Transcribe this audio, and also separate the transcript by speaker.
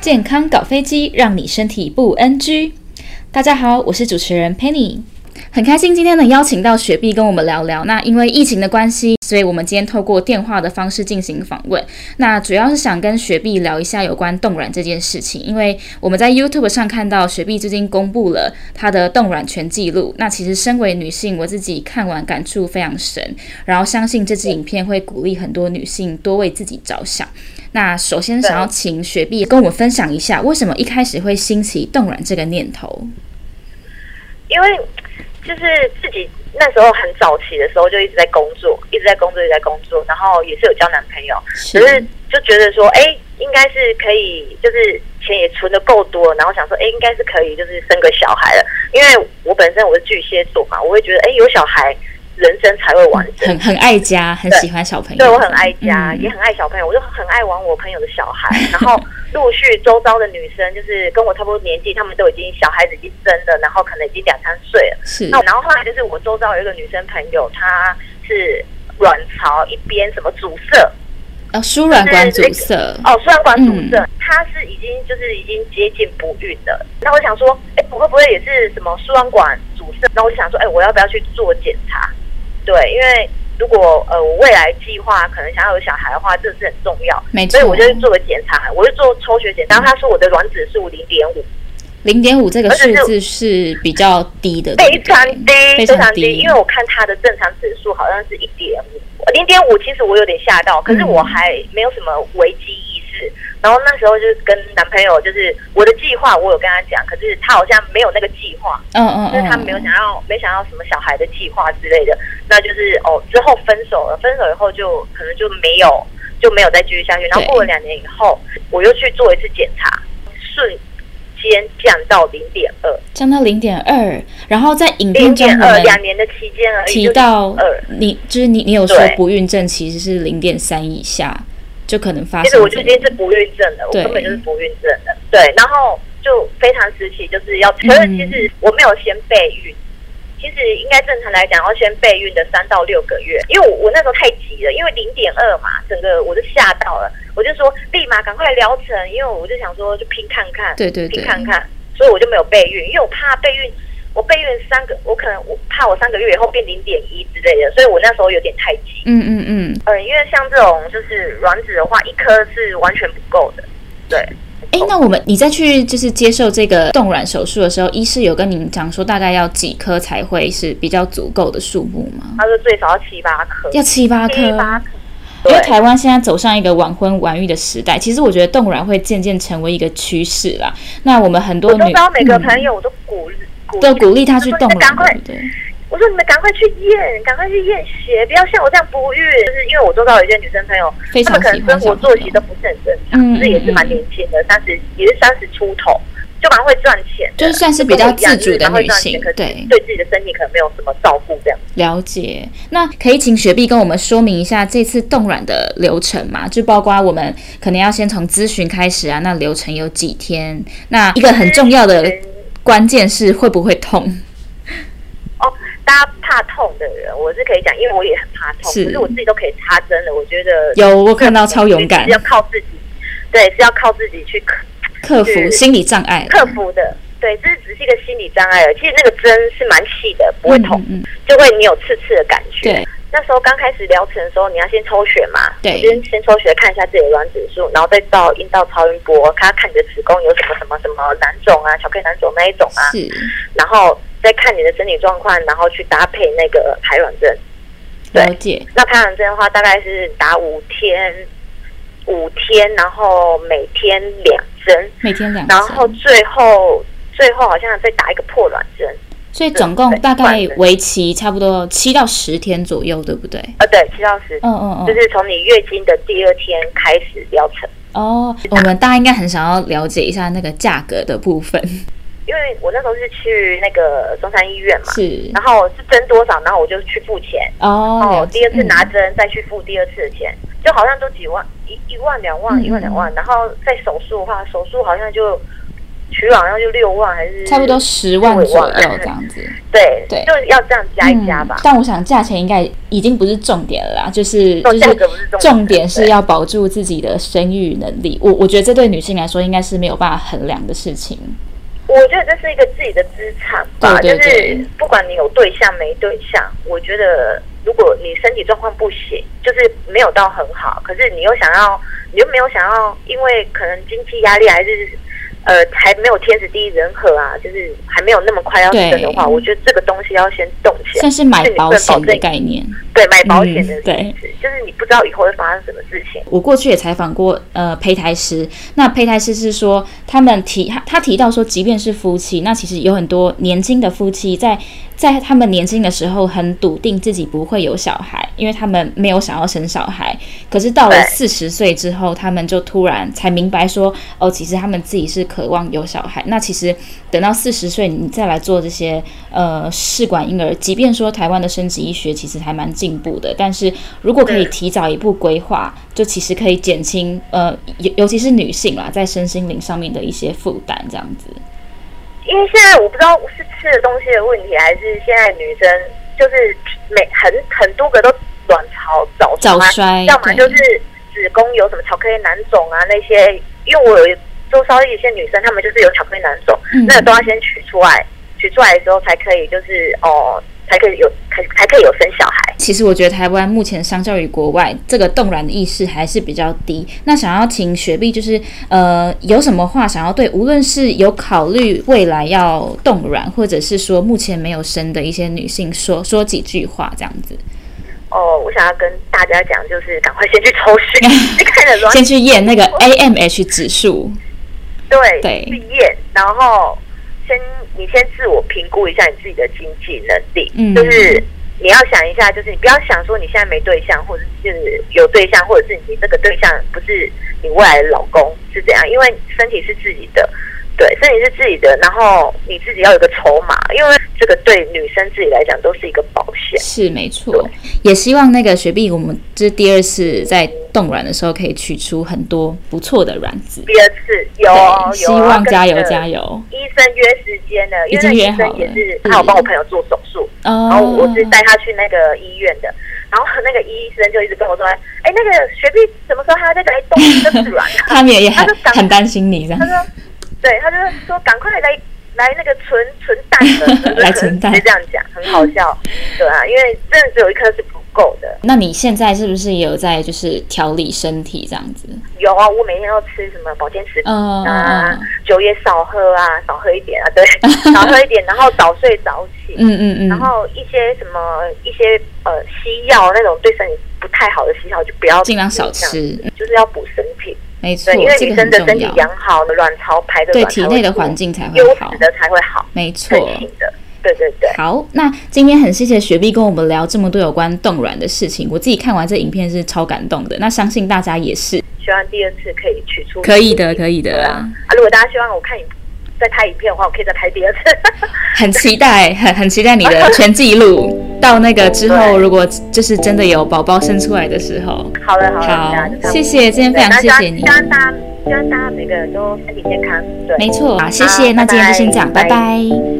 Speaker 1: 健康搞飞机，让你身体不 NG。大家好，我是主持人 Penny。很开心今天能邀请到雪碧跟我们聊聊。那因为疫情的关系，所以我们今天透过电话的方式进行访问。那主要是想跟雪碧聊一下有关冻卵这件事情，因为我们在 YouTube 上看到雪碧最近公布了她的冻卵全记录。那其实身为女性，我自己看完感触非常深，然后相信这支影片会鼓励很多女性多为自己着想。那首先想要请雪碧跟我们分享一下，为什么一开始会兴起冻卵这个念头？
Speaker 2: 因为就是自己那时候很早期的时候就一直在工作，一直在工作，一直在工作，然后也是有交男朋友，可是就觉得说，哎、应该是可以，就是钱也存的够多，然后想说，哎、应该是可以，就是生个小孩了。因为我本身我是巨蟹座嘛，我会觉得，哎、有小孩人生才会完整。
Speaker 1: 很很爱家，很喜欢小朋友。
Speaker 2: 对我很爱家，
Speaker 1: 嗯
Speaker 2: 也很爱小朋友，我就很爱玩我朋友的小孩。然后陆续周遭的女生，就是跟我差不多年纪，她们都已经小孩子已经生了，然后可能已经两三岁了。
Speaker 1: 是
Speaker 2: 那然后后来就是我周遭有一个女生朋友，她是卵巢一边什么阻塞
Speaker 1: 呃输卵管阻塞，
Speaker 2: 哦，输卵管阻塞，她是已经就是已经接近不孕的。那我想说，哎，我会不会也是什么输卵管阻塞？那我就想说，哎，我要不要去做检查？对，因为如果呃我未来计划可能想要有小孩的话，这是很重要，
Speaker 1: 没
Speaker 2: 所
Speaker 1: 错
Speaker 2: 以，我就去做个检查，我就做抽血检查。然后她说我的卵子数零点五，
Speaker 1: 零点五这个
Speaker 2: 而
Speaker 1: 数
Speaker 2: 且是
Speaker 1: 字是比较低的，对
Speaker 2: 非
Speaker 1: 不对
Speaker 2: 常低，
Speaker 1: 非
Speaker 2: 非
Speaker 1: 常
Speaker 2: 常
Speaker 1: 低
Speaker 2: 低，因为我看他的正常指数好像是一点五，零点五，其实我有点吓到，可是我还没有什么危机意识。然后那时候就是跟男朋友，就是我的计划，我有跟他讲，可是他好像没有那个计划，
Speaker 1: 嗯嗯
Speaker 2: 就是
Speaker 1: 嗯，
Speaker 2: 他没有想要没想要什么小孩的计划之类的。那就是哦，之后分手了，分手以后就可能就没有就没有再继续下去。然后过了两年以后，我又去做一次检查，瞬间降到零点二。
Speaker 1: 降到零点二，然后在影
Speaker 2: 零
Speaker 1: 片中
Speaker 2: 点
Speaker 1: 我
Speaker 2: 二
Speaker 1: 们
Speaker 2: 呃两年的期间而已，呃
Speaker 1: 提到
Speaker 2: 二。
Speaker 1: 你就是你你有说
Speaker 2: 对
Speaker 1: 不孕症其实是零点三以下就可能发
Speaker 2: 其
Speaker 1: 生
Speaker 2: 实
Speaker 1: 这
Speaker 2: 我
Speaker 1: 个，
Speaker 2: 就已经是不孕症了，我
Speaker 1: 对
Speaker 2: 根本就是不孕症了。对，然后就非常时期就是要，可是其
Speaker 1: 嗯
Speaker 2: 实我没有先备孕。其实应该正常来讲要先备孕的三到六个月，因为我我那时候太急了，因为零点二嘛，整个我就吓到了，我就说立马赶快疗程，因为我就想说就拼看看，
Speaker 1: 对对
Speaker 2: 拼
Speaker 1: 对，
Speaker 2: 看看，所以我就没有备孕，因为我怕备孕，我备孕三个，我可能我怕我三个月以后变零点一之类的，所以我那时候有点太急。
Speaker 1: 嗯嗯嗯，
Speaker 2: 呃，因为像这种就是卵子的话，一颗是完全不够的。对，
Speaker 1: 哎，那我们你再去就是接受这个冻卵手术的时候，医师有跟您讲说大概要几颗才会是比较足够的数目吗？
Speaker 2: 他说最少要七八颗，
Speaker 1: 要七八颗，
Speaker 2: 七八颗。
Speaker 1: 因为
Speaker 2: 对
Speaker 1: 台湾现在走上一个晚婚晚育的时代，其实我觉得冻卵会渐渐成为一个趋势啦。那我们很多
Speaker 2: 我
Speaker 1: 女
Speaker 2: 都知道每个朋
Speaker 1: 嗯
Speaker 2: 友，我都鼓励鼓
Speaker 1: 都
Speaker 2: 励，
Speaker 1: 鼓励她去冻
Speaker 2: 我说你们赶
Speaker 1: 卵，
Speaker 2: 快
Speaker 1: 对不对？
Speaker 2: 我说你们赶快去验，赶快去验血，不要像我这样不孕。就是因为我周遭有一些女生朋友，
Speaker 1: 非
Speaker 2: 她
Speaker 1: 常
Speaker 2: 们可
Speaker 1: 喜
Speaker 2: 能
Speaker 1: 欢
Speaker 2: 生
Speaker 1: 小
Speaker 2: 活
Speaker 1: 朋
Speaker 2: 作
Speaker 1: 友
Speaker 2: 息都不是很正常，
Speaker 1: 嗯，
Speaker 2: 这也是蛮
Speaker 1: 嗯
Speaker 2: 年轻的，三十也是三十出头，就蛮会赚钱的，
Speaker 1: 就是算是
Speaker 2: 就
Speaker 1: 比
Speaker 2: 跟
Speaker 1: 较
Speaker 2: 我一样
Speaker 1: 自主
Speaker 2: 就是
Speaker 1: 的
Speaker 2: 蛮会
Speaker 1: 女
Speaker 2: 赚钱
Speaker 1: 性
Speaker 2: 可，是
Speaker 1: 对，
Speaker 2: 对自己的身体可能没有什么照顾这样。
Speaker 1: 了解。那可以请雪碧跟我们说明一下这次冻卵的流程嘛？就包括我们可能要先从咨询开始啊，那流程有几天？那一个很重要的
Speaker 2: 嗯
Speaker 1: 关键是会不会痛？
Speaker 2: 大家怕痛的人，我是可以讲，因为我也很怕痛，
Speaker 1: 是
Speaker 2: 可是我自己都可以插针了。我觉得
Speaker 1: 有我看到超勇 敢
Speaker 2: 是，要靠自己，对，是要靠自己去克
Speaker 1: 克服
Speaker 2: 是
Speaker 1: 心理障碍，
Speaker 2: 克服的。对，这只是一个心理障碍了。其实那个针是蛮细的，不会痛，
Speaker 1: 嗯，嗯嗯
Speaker 2: 就会你有刺刺的感觉。
Speaker 1: 对，
Speaker 2: 那时候刚开始疗程的时候，你要先抽血嘛，
Speaker 1: 对
Speaker 2: 先先抽血看一下自己的卵子数，然后再照阴道超音波，看看你的子宫有什么什么什么囊肿啊、巧克力囊肿那一种啊，
Speaker 1: 是。
Speaker 2: 然后再看你的身体状况，然后去搭配那个排卵针。
Speaker 1: 了解，
Speaker 2: 那排卵针的话，大概是打五天，五天，然后每天两针，
Speaker 1: 每天两针
Speaker 2: 然，后最后最后好像再打一个破卵针，
Speaker 1: 所以总共
Speaker 2: 对
Speaker 1: 大概
Speaker 2: 对对
Speaker 1: 为期差不多七到十天左右，对不对？
Speaker 2: 呃，对，七到十，
Speaker 1: 嗯嗯
Speaker 2: 就
Speaker 1: 嗯。
Speaker 2: 是从你月经的第二天开始疗程。
Speaker 1: 哦，我们大家应该很想要了解一下那个价格的部分，
Speaker 2: 因为我那时候是去那个中山医院嘛，
Speaker 1: 是
Speaker 2: 然后是针多少，然后我就去付钱，
Speaker 1: 哦，
Speaker 2: 哦
Speaker 1: 了，解
Speaker 2: 第二次拿
Speaker 1: 嗯
Speaker 2: 针、再去付第二次的钱，就好像都几万，一一万两万，
Speaker 1: 嗯
Speaker 2: 一万两万，然后再手术的话，手术好像就取暖要就六万还是
Speaker 1: 差不多十万左右这样子。
Speaker 2: 对
Speaker 1: 对
Speaker 2: 就要这样加一加吧
Speaker 1: 嗯。但我想价钱应该已经不是重点了啦，就是
Speaker 2: 哦
Speaker 1: 就
Speaker 2: 价
Speaker 1: 是
Speaker 2: 格不是重点
Speaker 1: 重点是要保住自己的生育能力。我我觉得这对女性来说应该是没有办法衡量的事情。
Speaker 2: 我觉得这是一个自己的资产吧，
Speaker 1: 对对
Speaker 2: 就
Speaker 1: 对
Speaker 2: 是不管你有对象没对象，我觉得如果你身体状况不行，就是没有到很好，可是你又想要，你又没有想要，因为可能经济压力还是呃还没有天时地利人和啊，就是还没有那么快要生的话，
Speaker 1: 对
Speaker 2: 我觉得这个东西要先动起来
Speaker 1: 算，是买保险的
Speaker 2: 对你不能保证
Speaker 1: 概念。
Speaker 2: 对，买保险的
Speaker 1: 嗯
Speaker 2: 意思、
Speaker 1: 对
Speaker 2: 就是你不知道以后会发生什么事情。
Speaker 1: 我过去也采访过呃胚胎师，那胚胎师是说他们提他他提到说，即便是夫妻，那其实有很多年轻的夫妻在在他们年轻的时候很笃定自己不会有小孩，因为他们没有想要生小孩。可是到了
Speaker 2: 对
Speaker 1: 四十岁之后，他们就突然才明白说，哦，其实他们自己是渴望有小孩。那其实等到四十岁，你再来做这些呃试管婴儿，即便说台湾的生殖医学其实还蛮进步的，但是如果可以
Speaker 2: 嗯
Speaker 1: 提早一步规划，就其实可以减轻呃，尤尤其是女性啦，在身心灵上面的一些负担，这样子。
Speaker 2: 因为现在我不知道是吃的东西的问题，还是现在女生就是每很很多个都卵巢早
Speaker 1: 早
Speaker 2: 啊
Speaker 1: 衰
Speaker 2: 要么
Speaker 1: 对
Speaker 2: 就是子宫有什么巧克力囊肿啊那些，因为我有周遭一些女生，她们就是有巧克力囊肿，
Speaker 1: 嗯
Speaker 2: 那个都要先取出来，取出来的时候才可以就是哦，才可以有才才可以有生小孩。
Speaker 1: 其实我觉得台湾目前相较于国外，这个动然的意识还是比较低。那想要请雪碧，就是呃，有什么话想要对，无论是有考虑未来要动然，或者是说目前没有生的一些女性说说几句话这样子，
Speaker 2: 哦，我想要跟大家讲，就是赶快先去抽 血，去看了卵
Speaker 1: 先去验那个 AMH 指数。
Speaker 2: 对，
Speaker 1: 对
Speaker 2: 去验，然后先你先自我评估一下你自己的经济能力，
Speaker 1: 嗯
Speaker 2: 就是你要想一下，就是你不要想说你现在没对象，或者是有对象，或者是你这个对象不是你未来的老公是怎样，因为身体是自己的。对，身体是自己的，然后你自己要有个筹码，因为这个对女生自己来讲都是一个保险。
Speaker 1: 是没错，也希望那个雪碧，我们这是第二次在冻卵的时候可以取出很多不错的卵子。
Speaker 2: 第二次有啊有，
Speaker 1: 希望加油加
Speaker 2: 油！
Speaker 1: 油！
Speaker 2: 医生约时间了，因为那
Speaker 1: 已经约
Speaker 2: 医生
Speaker 1: 好
Speaker 2: 也
Speaker 1: 了
Speaker 2: 是，
Speaker 1: 嗯
Speaker 2: 他有帮我朋友做手术，然后我
Speaker 1: 哦，
Speaker 2: 是带他去那个医院的，然后那个医生就一直跟我说：“哎，那个学弟什么时候还要再来动一个自然
Speaker 1: ？”他们也也很
Speaker 2: 他就想
Speaker 1: 很担心你这样
Speaker 2: 他。说：“对，他就是说赶快来来那个存存蛋的，
Speaker 1: 来存蛋
Speaker 2: 就这样讲，很好笑，对啊，因为真的只有一颗是不够的。
Speaker 1: 那你现在是不是也有在就是调理身体这样子？
Speaker 2: 有啊，我每天要吃什么保健食品
Speaker 1: 嗯
Speaker 2: 啊
Speaker 1: 嗯，
Speaker 2: 酒也少喝啊，少喝一点啊，对， 少喝一点，然后早睡早起，
Speaker 1: 嗯嗯
Speaker 2: 然
Speaker 1: 嗯，
Speaker 2: 后一些什么一些呃西药那种对身体不太好的西药就不要
Speaker 1: 尽量少
Speaker 2: 这样，
Speaker 1: 吃，嗯
Speaker 2: 就是要补身体。
Speaker 1: 没错
Speaker 2: 对，因为，
Speaker 1: 这
Speaker 2: 女
Speaker 1: 个
Speaker 2: 生
Speaker 1: 很
Speaker 2: 的身
Speaker 1: 重
Speaker 2: 体
Speaker 1: 要。
Speaker 2: 养好了，卵巢排的
Speaker 1: 对
Speaker 2: 卵
Speaker 1: 体
Speaker 2: 才会
Speaker 1: 内的
Speaker 2: 多
Speaker 1: 环境才会
Speaker 2: 优
Speaker 1: 好
Speaker 2: 质，的才会好，
Speaker 1: 没
Speaker 2: 成
Speaker 1: 错。
Speaker 2: 型的。对对对，
Speaker 1: 好，那今天很谢谢雪碧跟我们聊这么多有关冻卵的事情，我自己看完这影片是超感动的，那相信大家也是。
Speaker 2: 希望第二次可以取出
Speaker 1: 可以的，可以
Speaker 2: 对啊
Speaker 1: 的，
Speaker 2: 啊！如果大家希望我看影再拍影片的话，我 可以再拍第二次。
Speaker 1: 很期待，很很期待你的全记录。到那个之后，
Speaker 2: 对
Speaker 1: 如果就是真的有宝宝生出来的时候，
Speaker 2: 好了好了，
Speaker 1: 好
Speaker 2: 大家就，这样
Speaker 1: 谢谢，今天非
Speaker 2: 对
Speaker 1: 常
Speaker 2: 那
Speaker 1: 谢
Speaker 2: 希望
Speaker 1: 谢你
Speaker 2: 希，望大家希望大家每个人都身体健康。对，
Speaker 1: 没错，好谢
Speaker 2: 好
Speaker 1: 谢，那今天就
Speaker 2: 拜拜
Speaker 1: 先这样，拜
Speaker 2: 拜
Speaker 1: 拜。